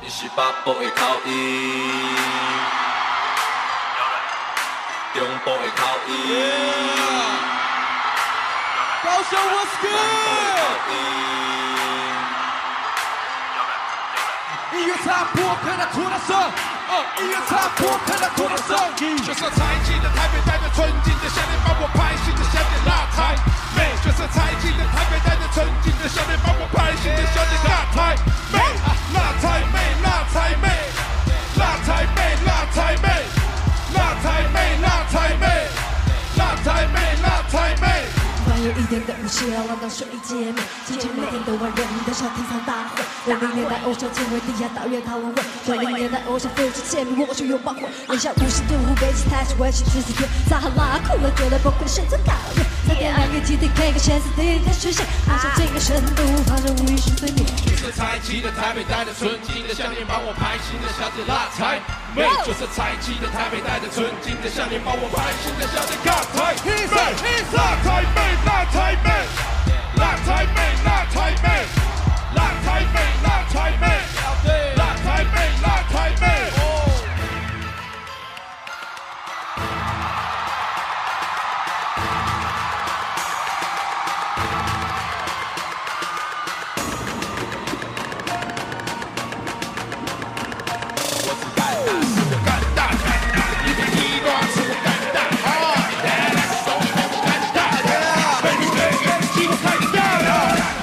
你是北部的口音，中部的口音，高雄 What's 北部的 good？口音，音乐插播，看他吐的声，哦，音乐插播，看他吐的声。角色才尽的台北带着纯净的项链，帮我拍新的项链那台妹。角色才尽的台北带着纯净的项链，帮我拍新的项链那台妹。那台妹，那台妹，那台妹，那台妹，那台妹，那台妹，那台妹，那台妹。半夜一点等于是要浪荡水节目，今天每天都玩人的小体操大会。六零年代偶像成为地下导演讨论会，九零年代偶像飞出千里，我去拥抱会。人下五十度，湖北是台式外是十四天，撒哈拉酷了，觉得崩溃，身材搞人。三点按个集体 K 个全是第一的实现，按上这个深度，放上无意识对你。就是财气的台北带着纯金的项链，帮我拍新的小姐拉财妹。就是财气的台北带着纯金的项链，帮我拍新的小姐尬财妹。拉财妹，拉财妹，拉财妹，拉财妹，拉财妹，拉财妹，拉财妹，拉财妹。我干大干大，一个地瓜是我干大。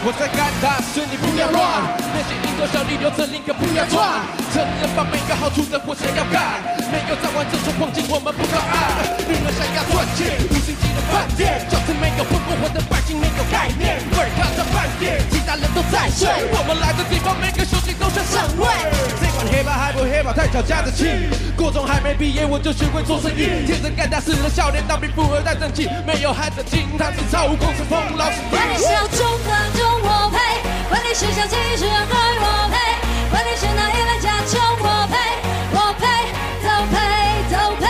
我在干大，所以你不要乱。那些蝇头小利留着另一个不要赚。承认把每个好处的活想要干，没有在玩这种碰见我们不靠岸。女人想要赚钱，五星级的饭店，就是没有混过混的百姓没有概念。味儿靠在饭店，其他人都在睡。我们来的地方，每个兄弟都是上位。这款黑吧还不黑吧，太小家子气。高中还没毕业，我就学会做生意。天生干大事的笑脸，当兵富二代正气，没有孩子精，他是超无公司风，老师。管你是要中等中我配，管你是想继续爱我配，管你是哪一类甲虫我配，我配都配都配。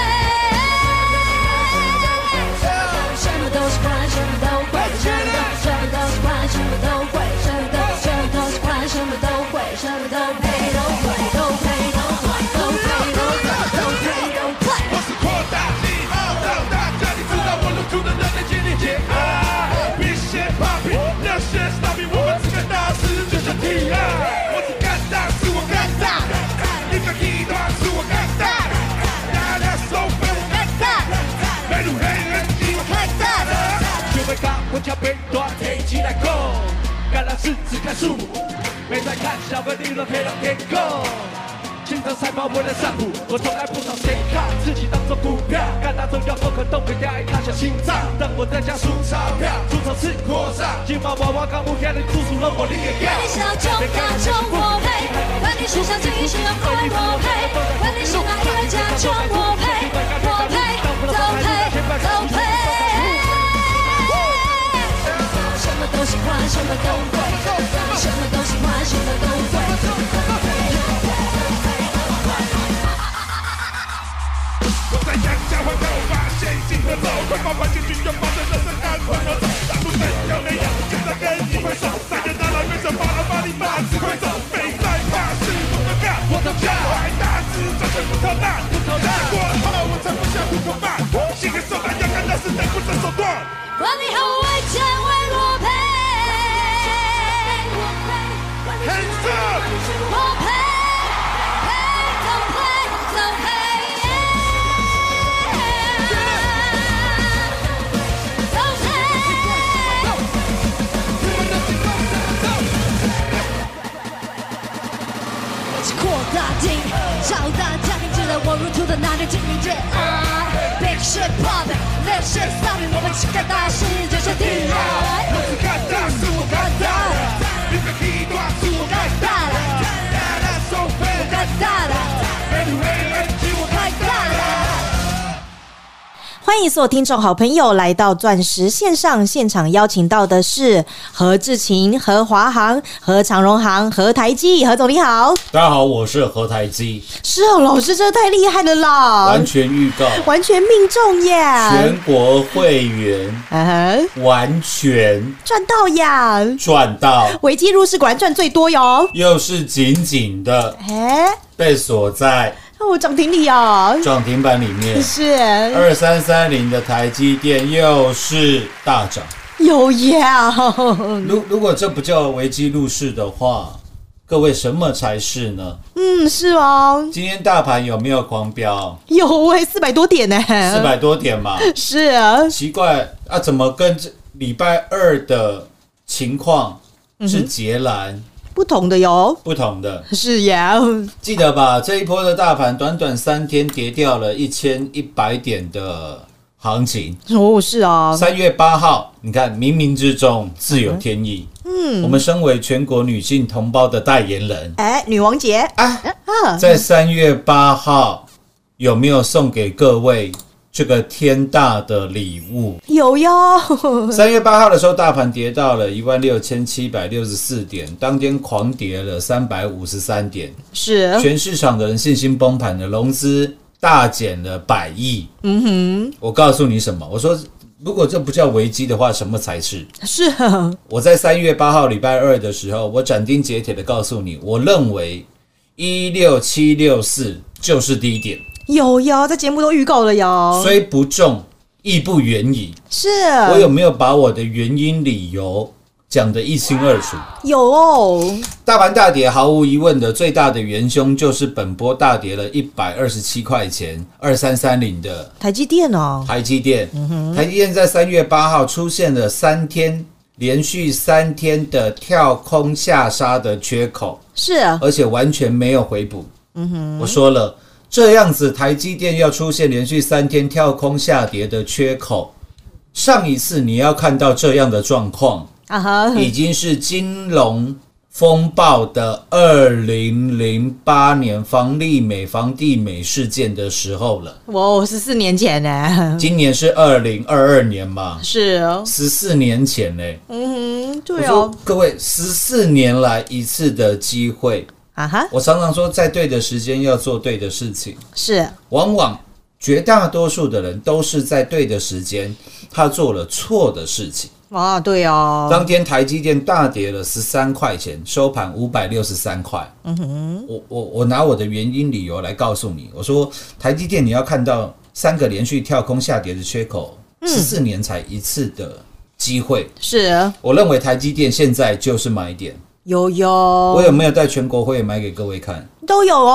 什么都是管，什么都会，什么都什么都是管，什么都会，什么都什么都是管，什么都会，什么都配都会都配都会都配都会都配都会。我是扩大力，让大家你知道我露出的那点精力解啊！必先 popping，热血 stopping，我们这个大师就像 T 啊！我是干大，是我干大，一个地段是我干大，大家手被我干大，没路黑人机我干大的，就被高我桥被断，一起来 go，干大是只看树，没在看小哥利落飞到天空。经常赛跑，我在散步，我从来不找谁看，自己当做股票，干大重要不可动，不压抑他小心脏。但我在家数钞票，出手是火上，金毛娃娃刚不黑的叔叔让我领个管你是要中国中国配，管你是想继续要怪我配，管你是哪一位家中我配，我配都配都配。什么都喜欢，什么都会，什么都喜欢，什么都会。我在阳下会头发，陷阱的走，快把环境军用抱着热身干快要走，大路怎样没有？现在跟你挥手，大家拿来跟着巴拉巴里马指挥走，没在怕是我的干，我的干，我还大师转身不逃难，不逃难，过后我才不像虎头霸，心狠手辣要干那是难不择手段。管你后卫前卫我配，我配， Hands up！哦我配，配都配都配，都配。一起扩大镜，找大家庭知道我入土的男女精英界啊，Big shit popping，那些 stopping，我们是干大事，就是地我雷。是干大，是我干大，你个地段是我干大，大大手背我干大了，没路黑人欢迎所有听众好朋友来到钻石线上现场，邀请到的是何志勤、何华航、何长荣航、何台基，何总你好，大家好，我是何台基，是哦，老师真的太厉害了啦，完全预告，完全命中耶，全国会员嗯哼，完全赚到呀！赚到，维基入市果然赚最多哟，又是紧紧的哎，被锁在那我涨停里哦，涨停板里面。是二三三零的台积电又是大涨，有耶，哦如如果这不叫危机入市的话，各位什么才是呢？嗯，是哦，今天大盘有没有狂飙？有哎，四百多点呢，四百多点嘛？是啊，奇怪啊，怎么跟这礼拜二的情况是截然不同的哟，不同的？是呀，记得吧？这一波的大盘短短三天跌掉了一千一百点的行情。哦，是啊，三月八号，你看冥冥之中自有天意。嗯，我们身为全国女性同胞的代言人，哎，女王节啊啊，在三月八号有没有送给各位这个天大的礼物？有哟， 三月八号的时候，大盘跌到了一万六千七百六十四点，当天狂跌了三百五十三点，是全市场的人信心崩盘的融资大减了百亿。嗯哼，我告诉你什么？我说，如果这不叫危机的话，什么才是？是啊，我在三月八号礼拜二的时候，我斩钉截铁的告诉你，我认为一六七六四就是低点，有哟，在节目都预告了哟，虽不中，亦不远矣。是我有没有把我的原因理由讲得一清二楚？有哦，大盘大跌，毫无疑问的最大的元凶就是本波大跌了一百二十七块钱，二三三零的台积电哦，台积电。台积电在三月八号出现了三天连续三天的跳空下杀的缺口，是啊，而且完全没有回补。我说了，这样子台积电要出现连续三天跳空下跌的缺口，上一次你要看到这样的状况，啊哈，已经是金融风暴的二零零八年房利美、房地美事件的时候了。我哦十四年前呢，今年是二零二二年嘛，是哦，十四年前嘞、嗯哼，我对说哦，各位，十四年来一次的机会，啊哈，我常常说，在对的时间要做对的事情。是往往绝大多数的人都是在对的时间，他做了错的事情。啊，对哦，当天台积电大跌了十三块钱，收盘五百六十三块。嗯哼，我我我拿我的原因理由来告诉你，我说台积电你要看到三个连续跳空下跌的缺口，十四年才一次的机会。是我认为台积电现在就是买点。有我有有没有在全国会买给各位看？都有各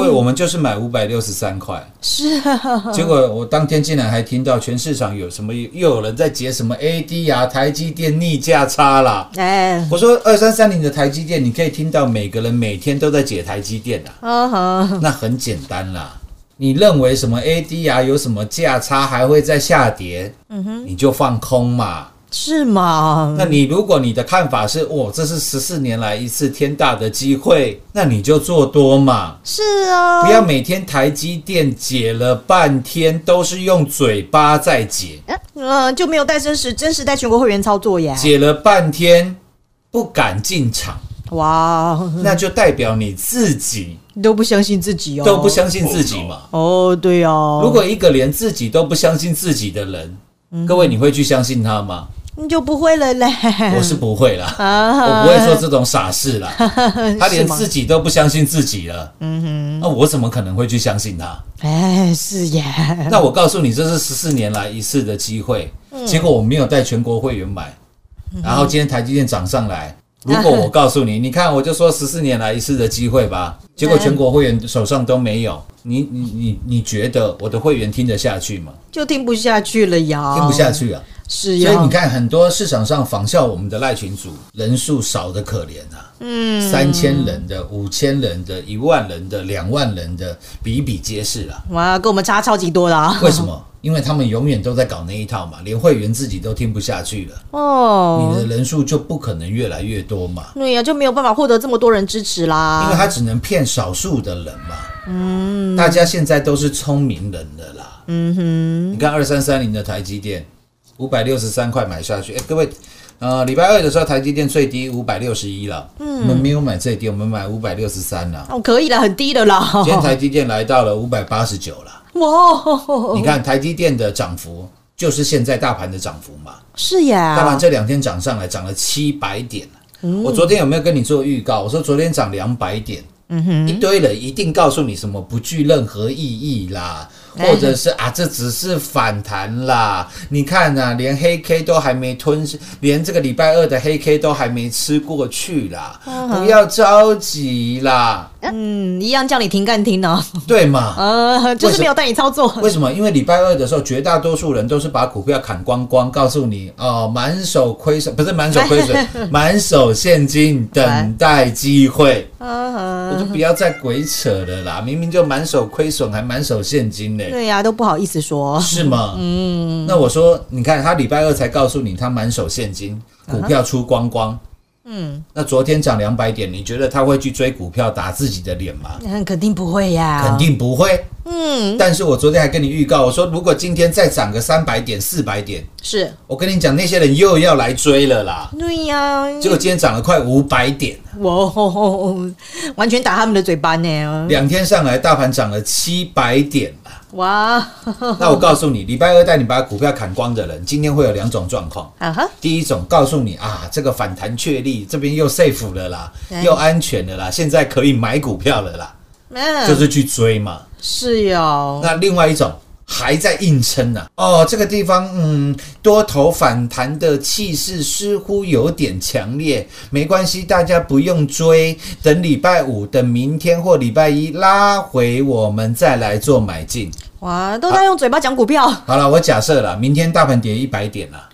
位，哦哦，我们就是买五百六十三块。是 啊结果我当天竟然还听到全市场有什么又有人在截什么 AD 呀、台积电逆价差啦。哎，我说二三三零的台积电，你可以听到每个人每天都在解台积电啦，啊哈，那很简单啦。你认为什么 AD 啊有什么价差还会再下跌？嗯哼，嗯你就放空嘛。是吗？那你如果你的看法是，哦，这是十四年来一次天大的机会，那你就做多嘛。是啊，不要每天台积电解了半天，都是用嘴巴在解，嗯，就没有带真实真实带全国会员操作耶。解了半天不敢进场，哇，那就代表你自己都不相信自己哦，都不相信自己嘛。哦，对哦，如果一个连自己都不相信自己的人，各位你会去相信他吗？你就不会了嘞。我是不会啦， 我啊不会做这种傻事啦。他连是吗自己都不相信自己了，那我怎么可能会去相信他？哎，是耶，那我告诉你，这是十四年来一次的机会，结果我没有带全国会员买，然后今天台积电涨上来。如果我告诉你，你看我就说十四年来一次的机会吧，结果全国会员手上都没有，你你你你觉得我的会员听得下去吗？就听不下去了呀，听不下，去啊！是所呀，以你看，很多市场上仿效我们的赖群组，人数少的可怜啊，嗯，三千人的、五千人的、一万人的、两万人的，比比皆是啊。哇，跟我们差超级多了啊，为什么？因为他们永远都在搞那一套嘛，连会员自己都听不下去了，你哦的，人数就不可能越来越多嘛，对呀、就没有办法获得这么多人支持因为啦。他只能骗少数的人嘛。嗯，大家现在都是聪明人的啦。嗯哼，你看二三三零的台积电，五百六十三块买下去，哎、各位。呃，礼拜二的时候，台积电最低五百六十一了。嗯，我们没有买最低，我们买五百六十三了。哦，可以了，很低的啦。今天台积电来到了五百八十九了。哇，你看台积电的涨幅就是现在大盘的涨幅嘛，是呀，大盘这两天涨上来，涨了七百点。我昨天有没有跟你做预告？我说昨天涨两百点，嗯一堆人一定告诉你什么不具任何意义啦，哎或者是啊这只是反弹啦。你看啊，连黑 K 都还没吞，连这个礼拜二的黑 K 都还没吃过去啦，不要着急啦，嗯，一样叫你停干停呢、对嘛？呃，就是没有带你操作。为什么？因为礼拜二的时候，绝大多数人都是把股票砍光光，告诉你哦，满手亏损，不是满手亏损，满手现金，等待机会。啊嗯我就不要再鬼扯了啦！明明就满手亏损，还满手现金呢、对呀、都不好意思说。是吗？哦嗯。那我说，你看他礼拜二才告诉你他满手现金，股票出光光。嗯。那昨天涨两百点，你觉得他会去追股票打自己的脸吗？嗯，肯定不会呀、肯。定不会。嗯，但是我昨天还跟你预告，我说如果今天再涨个三百点、四百点，是，我跟你讲，那些人又要来追了啦。对呀、结果今天涨了快五百点，哇哦，完全打他们的嘴巴呢。两天上来大盘涨了七百点啦。哇，那我告诉你，礼拜二带你把股票砍光的人，今天会有两种状况。啊哈，第一种告诉你啊，这个反弹确立，这边又 safe 了啦对，又安全了啦，现在可以买股票了啦，嗯，就是去追嘛。是哦哟。那另外一种还在硬撑呢、哦，这个地方，嗯，多头反弹的气势似乎有点强烈，没关系，大家不用追，等礼拜五、等明天或礼拜一拉回，我们再来做买进。哇，都在用嘴巴讲股票。 好了，我假设了，明天大盘跌一百点啦，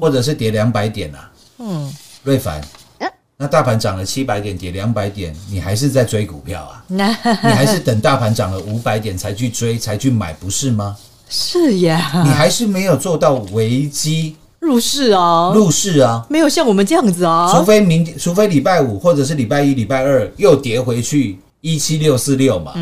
或者是跌两百点啦，嗯，瑞凡，呃那大盘涨了七百点，跌两百点，你还是在追股票啊？那你还是等大盘涨了五百点才去追，才去买，不是吗？是呀，你还是没有做到危机入市哦，入市啊，没有像我们这样子除哦。非明天，除非礼拜五或者是礼拜一、礼拜二又跌回去一七六四六嘛，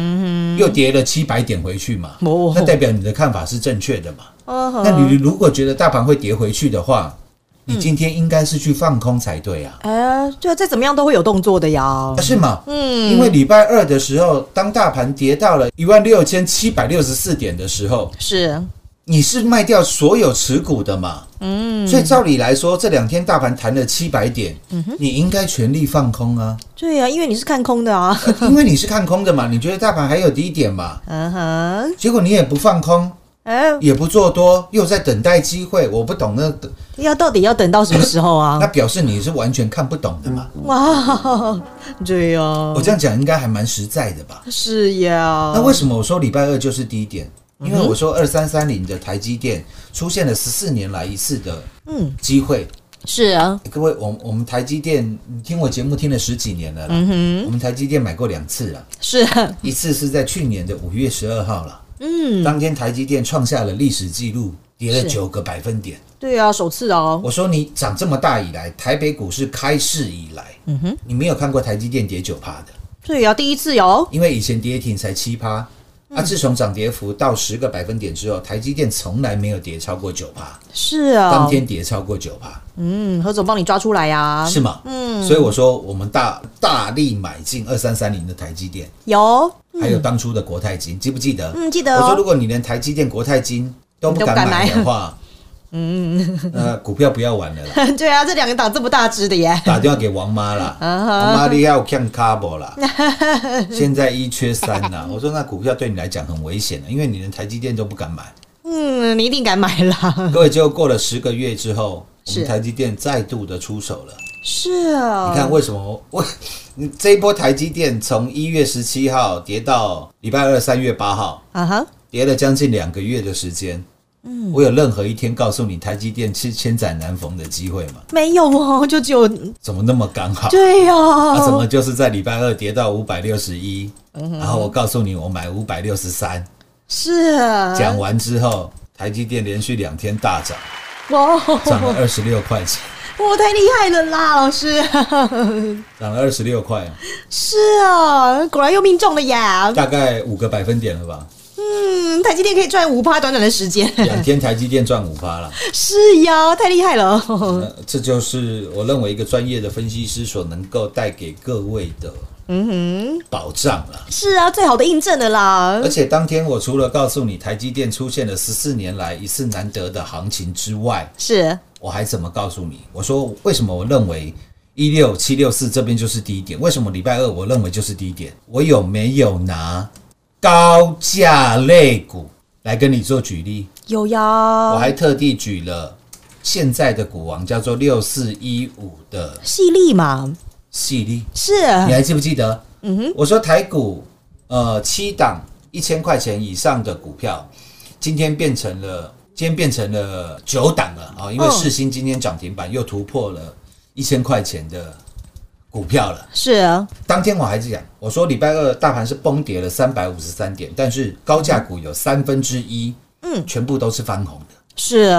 又跌了七百点回去嘛，嗯哦那代表你的看法是正确的嘛？嗯哼那你如果觉得大盘会跌回去的话，你今天应该是去放空才对啊，哎，就再怎么样都会有动作的呀啊。是吗？嗯，因为礼拜二的时候，当大盘跌到了一万六千七百六十四点的时候，是你是卖掉所有持股的嘛？嗯，所以照理来说，这两天大盘弹了七百点，嗯你应该全力放空啊，对呀、因为你是看空的啊。因为你是看空的嘛，你觉得大盘还有低点嘛？嗯哼，结果你也不放空，哎，也不做多，又在等待机会，我不懂那个要到底要等到什么时候啊那？表示你是完全看不懂的嘛。哇，对呀、我哦这样讲应该还蛮实在的吧？是呀。那为什么我说礼拜二就是低点？因为我说二三三零的台积电出现了十四年来一次的嗯机会，是啊？欸各位，我我们台积电，你听我节目听了十几年了啦。我们台积电买过两次了，是啊一次是在去年的五月十二号了。嗯，当天台积电创下了历史记录，跌了是九个百分点。对啊，首次哦。我说你长这么大以来，台北股市开市以来，嗯哼，你没有看过台积电跌九趴的，对呀、第一次有。因为以前跌停才七趴。嗯啊，自从涨跌幅到十个百分点之后，台积电从来没有跌超过九趴，是啊。当天跌超过九趴。嗯，何总帮你抓出来呀、啊？是吗？嗯，所以我说我们大大力买进二三三零的台积电，有。还有当初的国泰金，记不记得？嗯嗯记得哦我说如果你连台积电、国泰金都不都不敢敢买买的话， 嗯，呃，股票不要玩了啦，对啊，这两个档这么大只的耶。打电话给王妈 啦，啊王妈你要看 c a b 啦，现在一缺三啦。我说那股票对你来讲很危险的，因为你连台积电都不敢买。嗯，你一定敢买啦。各位，结果过了十个月之后，我是们台积电再度的出手了。是啊。你看为什么我你这一波台积电从一月十七号跌到礼拜二三月八号，啊哈，跌了将近两个月的时间。嗯，我有任何一天告诉你台积电是千载难逢的机会吗？没有哦，就只有怎么那么刚好？对呀、啊，怎么就是在礼拜二跌到五百六十嗯一，然后我告诉你我买五百六十三，是啊？讲完之后，台积电连续两天大涨，哇，涨了二十六块钱，我太厉害了啦，老师！ 涨了二十六块，是啊，果然又命中了呀。大概五个百分点了 吧？嗯，台积电可以赚五趴，短短 的时间。两天台积电赚五趴了，是呀，太厉害了。那这就是我认为一个专业的分析师所能够带给各位的嗯哼，保障了。是啊，最好的印证了啦而。且当天我除了告诉你台积电出现了十四年来一次难得的行情之外，是，我还怎么告诉你？我说为什么我认为一六七六四这边就是低点？为什么礼拜二我认为就是低点？我有没有拿高价类股来跟你做举例？有我呀。还特地举了现在的股王叫做六四一五的细粒嘛，系列。是你还记不记得？啊嗯哼，我说台股呃七档一千块钱以上的股票，今天变成了今天变成了九档了啊、因为嗯世新今天涨停板又突破了一千块钱的股票了。是，当天我还是讲，我说礼拜二大盘是崩跌了三百五十三点，但是高价股有三分之一，嗯全部都是翻红的。是，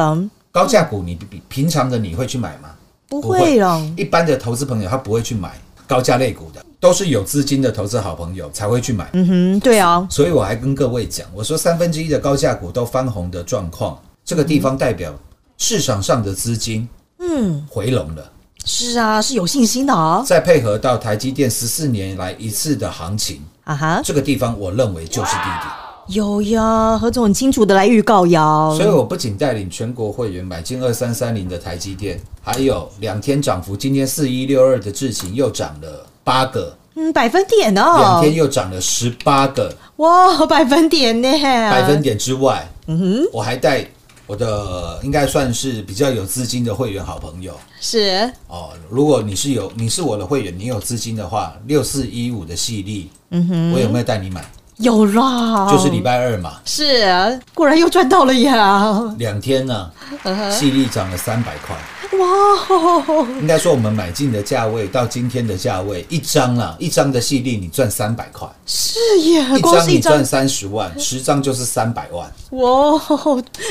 高价股你比平常的你会去买吗？不不会会了。一般的投资朋友他不会去买高价类股的，都是有资金的投资好朋友才会去买。嗯哼，对啊，所以我还跟各位讲，我说三分之一的高价股都翻红的状况，这个地方代表市场上的资金嗯，回笼了，是啊，是有信心的啊。再配合到台积电十四年来一次的行情，啊哈，这个地方我认为就是低点。有呀，何总很清楚的来预告呀。所以我不仅带领全国会员买进二三三零的台积电，还有两天涨幅，今天四一六二的智勤又涨了八个，嗯，百分点两哦，天又涨了十八个。哇，百分点呢？百分点之外，嗯我还带我的应该算是比较有资金的会员好朋友是，哦。如果你是有你是我的会员，你有资金的话，六四一五的细粒，嗯我有没有带你买？有啦，就是礼拜二嘛，是啊，果然又赚到了呀！两天呢，嗯细粒涨了三百块。哇，应该说我们买进的价位到今天的价位，一张啊，一张的细粒你赚三百块，是耶，一啊光张是一你张赚，三十万，十张就是三百万。哇，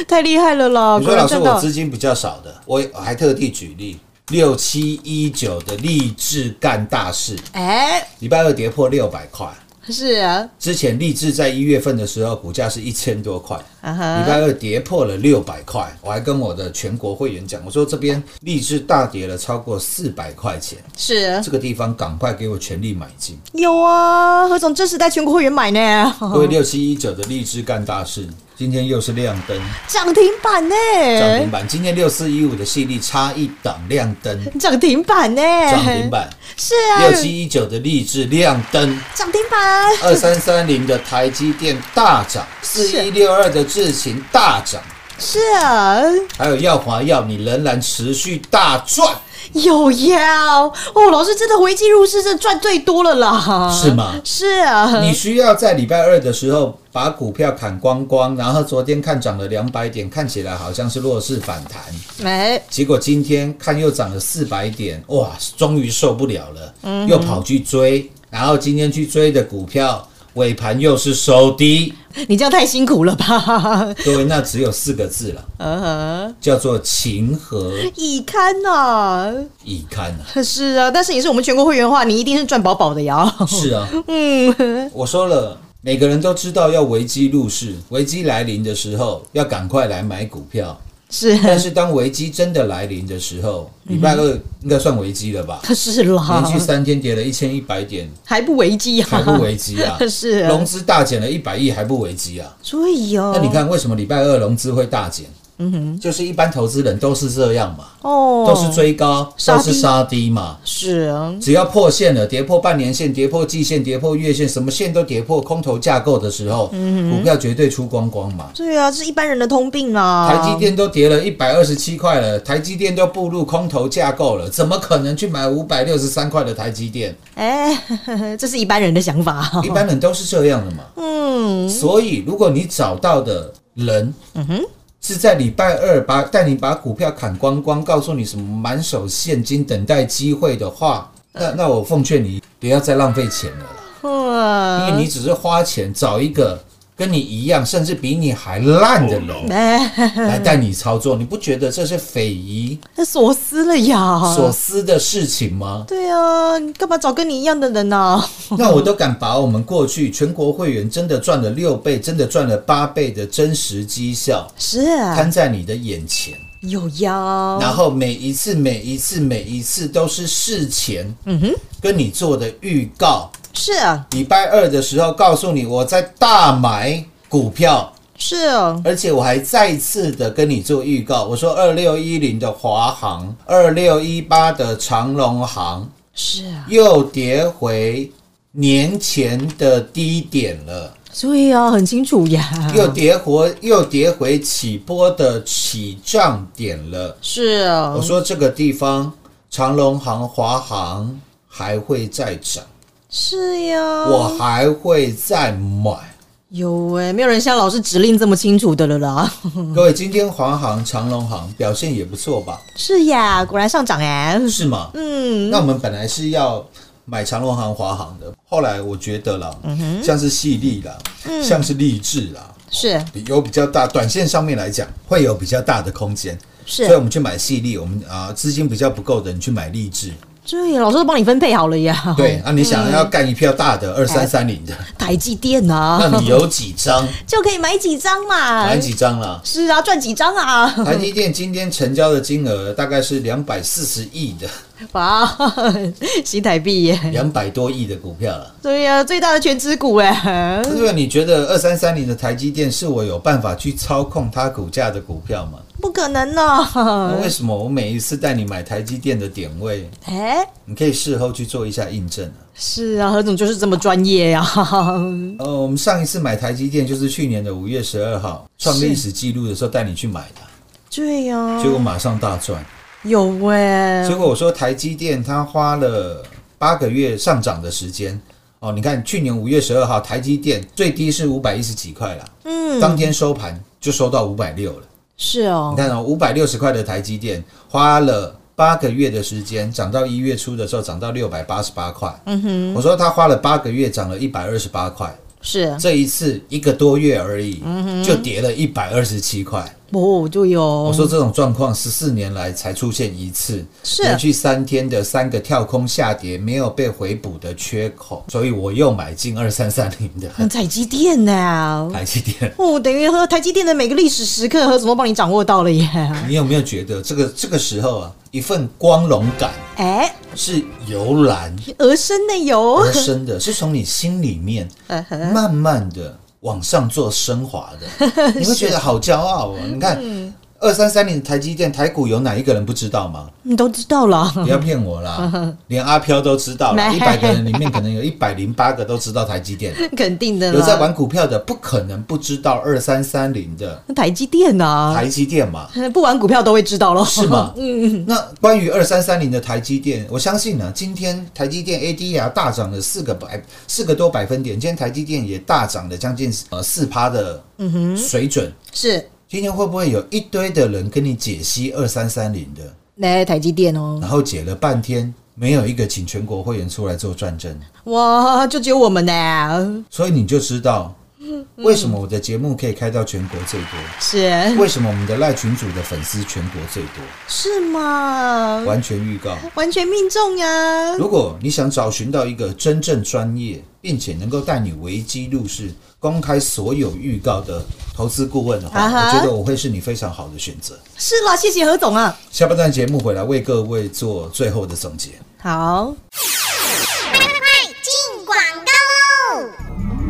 太厉害了啦！你哦果说然老师，赚我到，资金比较少的，我我还特地举例六七一九的励志干大事，哎，礼拜二跌破六百块。是啊，之前励志在一月份的时候，股价是一千多块，啊礼哈，拜二跌破了六百块。我还跟我的全国会员讲，我说这边励志大跌了超过四百块钱，是这个地方赶快给我全力买进。有啊，何总真是带全国会员买呢，各位六七一九的励志干大事，今天又是亮灯涨停板呢，涨停板，今天六四一五的系列差一档亮灯涨停板呢，涨停板。是啊，六七一九的励志亮灯，涨停板，二三三零的台积电大涨，四一六二的智勤大涨，是啊，还有耀华药，你仍然持续大赚，有呀，哦，老师真的回击入市，这赚最多了啦，是？吗？是啊，你需要在礼拜二的时候把股票砍光光，然后昨天看涨了两百点，看起来好像是弱势反弹，哎，结果今天看又涨了四百点，哇，终于受不了了，又跑去追，然后今天去追的股票尾盘又是收低，你这样太辛苦了吧？各位那只有四个字了。嗯哼，叫做情何已刊呐、以堪啊！是啊，但是你是我们全国会员的话，你一定是赚饱饱的呀。是啊，嗯，我说了，每个人都知道要危机入市，危机来临的时候要赶快来买股 票。但是是当危机真的来临的时候，礼拜二应该算危机了 吧？是连啦续，三天跌了一千一百点，还不危机啊？？还不危机啊 是啊融资大减了一百亿，还不危机啊？所以哦，那你看为什么礼拜二融资会大减？嗯哼，就是一般投资人都是这样嘛，哦，都是追高，杀都低是杀低嘛。是啊，只要破线了，跌破半年线、跌破季线、跌破月线，什么线都跌破空头架构的时候，股票绝对出光光嘛。对啊，这是一般人的通病啊啦。台积电都跌了一百二十七块了，台积电都步入空头架构了，怎么可能去买五百六十三块的台积电？哎， 呵呵这是一般人的想 法。一般人都是这样的嘛。嗯，所以，如果你找到的人，是在礼拜二把带你把股票砍光光，告诉你什么满手现金等待机会的话，那那我奉劝你不要再浪费钱了啦。因为哇你只是花钱找一个跟你一样，甚至比你还烂的人哎， 来带你操作，你不觉得这是匪夷这所思了呀！所思的事情 吗？对啊，你干嘛找跟你一样的人呢、啊那我都敢把我们过去全国会员真的赚了六倍，真的赚了八倍的真实绩效 是啊摊在你的眼前，有腰，然后每一次、每一次、每一次都是事前，嗯哼，跟你做的预告。是啊，礼拜二的时候告诉你我在大买股票，是啊，而且我还再次的跟你做预告，我说二六一零的华航，二六一八的长隆航是啊，又跌回年前的低点了，所以啊，很清楚呀，又跌回又跌回起波的起涨点了。是啊我，说这个地方长隆航、华航还会再涨，是呀、我还会再买。有哎、没有人像老师指令这么清楚的了啦。 各位，今天华航、长隆航表现也不错吧？是呀，果然上涨哎、是吗？嗯，那我们本来是要买长隆航、华航的，后来我觉得啦，像是细粒啦，像是励志啦，是有比较大，短线上面来讲会有比较大的空间，是所以，我们去买细粒，我们啊资金比较不够的，你去买励志。对，老师都帮你分配好了呀。对，啊，你想要干一票大的二三三零的， 台积电啊，那你有几张？就可以买几张嘛，嗯买几张啦？是啊，赚几 张啊，台积电今天成交的金额大概是两百四十亿的，哇， 新台币耶，两百多亿的股票了。对呀、最大的全职股哎，那对，你觉得二三三零的台积电是我有办法去操控它股价的股票吗？不可能啊那呢，为什么我每一次带你买台积电的点位，哎、你可以事后去做一下印证啊？是啊，何总就是这么专业啊呀、呃，我们上一次买台积电就是去年的五月十二号创历史记录的时候带你去买的， 对呀、结果马上大赚。有哎、结果我说台积电它花了八个月上涨的时间哦，你看去年五月十二号台积电最低是五百一十几块啦，嗯，当天收盘就收到五百六了。是哦你，看哦，五百六十块的台积电花了。八个月的时间涨到一月初的时候，涨到六百八十八块。嗯哼，我说它花了八个月，涨了一百二十八块。是这一次一个多月而已，嗯就跌了一百二十七块。哦，就有，我说这种状况十四年来才出现一次，是连续三天的三个跳空下跌，没有被回补的缺口，所以我又买进二三三零的嗯台积电呢、台积电。哦，等于和台积电的每个历史时刻，何总都帮你掌握到了耶。你有没有觉得这个这个时候啊，一份光荣感哎，是由蓝而生的有而，生的， 是从你心里面嗯哼慢慢的往上做升华 的，你会觉得好骄傲哦。你看嗯二三三零台积电台股有哪一个人不知道吗？ 你都知道了。不要骗我 啦，连阿飘都知道啦，嗯没一百个人里面可能有一百零八个都知道台积 电， 肯定的啦，有在玩股票的不可能不知道二三三零的台积电呐、台积电嘛，不玩股票都会知道咯。是吗？嗯，那关于二三三零的台积电，我相信呢、今天台积电 ADR 大涨了四个百四个多百分点，今天台积电也大涨了将近呃四趴的水准。 是，今天会不会有一堆的人跟你解析二三三零的，来台积电哦，然后解了半天，没有一个请全国会员出来做转正？哇，就只有我们呢、所以你就知道为什么我的节目可以开到全国最多，是为什么我们的赖群主的粉丝全国最多，是吗？完全预告。完全命中呀、如果你想找寻到一个真正专业，并且能够带你危机入市、公开所有预告的投资顾问的话，啊哈我觉得我会是你非常好的选择。是啦，谢谢何总啊。下半段节目回来为各位做最后的总结。嗯好，进广告喽！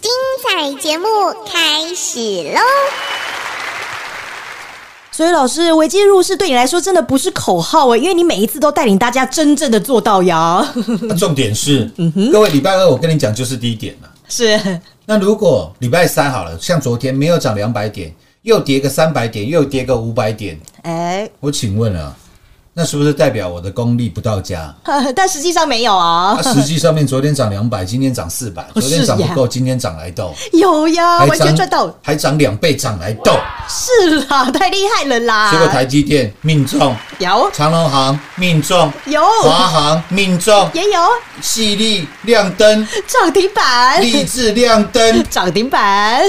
精彩节目开始喽！所以老师，危机入市对你来说真的不是口号欸诶，因为你每一次都带领大家真正的做到呀。 那重点是，嗯各位礼拜二我跟你讲就是低点了。是，那如果礼拜三好了，像昨天没有涨两百点，又跌个三百点，又跌个五百点， 哎、 我请问啊，那是不是代表我的功力不到家？但实际上没有啊啊，，实际上面昨天涨两百，今天涨四百，哦昨天涨是呀不够，今天涨来斗，有哎呀，完全赚到，还涨两倍涨来斗，是啦，太厉害了啦。结果台积电命中，有长隆行命中，有华航命中，也有细粒亮 灯，涨停板，励志亮灯，涨停板。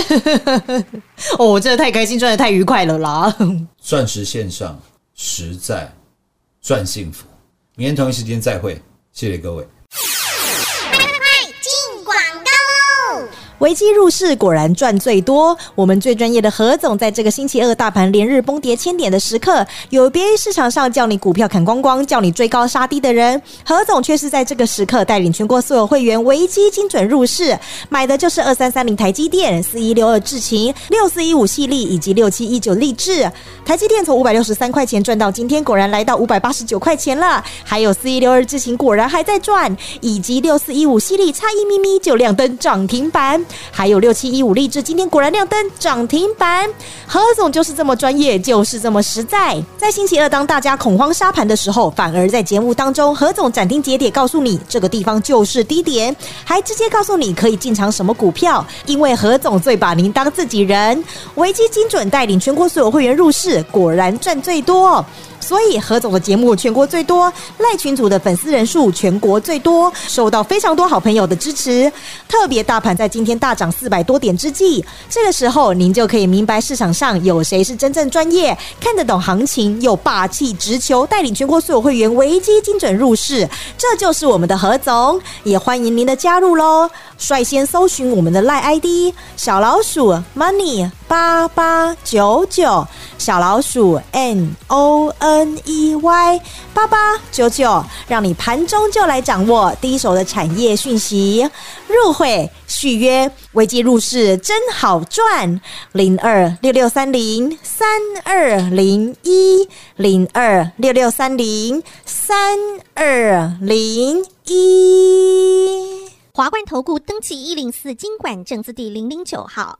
哦，我真的太开心，赚的太愉快了啦。钻石线上实在赚幸福。明天同一时间再会，谢谢各位。进广告喽！危机入市果然赚最多。我们最专业的何总，在这个星期二大盘连日崩跌千点的时刻，有别于市场上叫你股票砍光光、叫你追高杀低的人，何总却是在这个时刻带领全国所有会员危机精准入市，买的就是二三三零台积电、四一六二智勤、六四一五系力以及六七一九立志。台积电从五百六十三块钱赚到今天，果然来到五百八十九块钱了。还有四一六二智勤果然还在赚，以及六四一五犀利差一咪咪就亮灯涨停板，还有六七一五励志今天果然亮灯涨停板。何总就是这么专业，就是这么实在。在星期二当大家恐慌杀盘的时候，反而在节目当中，何总斩钉截铁告诉你这个地方就是低点，还直接告诉你可以进场什么股票，因为何总最把您当自己人。维基精准带领全国所有会员入市，果然赚最多。所以何总的节目全国最多，赖群组的粉丝人数全国最多，受到非常多好朋友的支持。特别大盘在今天大涨四百多点之际，这个时候您就可以明白市场上有谁是真正专业、看得懂行情又霸气直球，带领全国所有会员危机精准入市。这就是我们的何总，也欢迎您的加入喽。率先搜寻我们的赖 ID 小老鼠 money 八八九九，小老鼠 n o n e y 八八九九，让你盘中就来掌握第一手的产业讯息。入会续约，危机入市真好赚，零二六六三零三二零一零二六六三零三二零一。华冠投顾登记一零四经管证字第零零九号。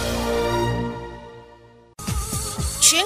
全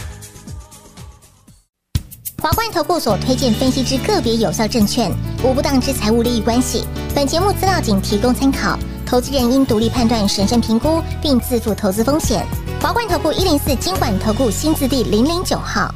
华冠投顾所推荐分析之个别有效证券，无不当之财务利益关系。本节目资料仅提供参考，投资人应独立判断、审慎评估，并自负投资风险。华冠投顾一零四经管投顾新字第零零九号。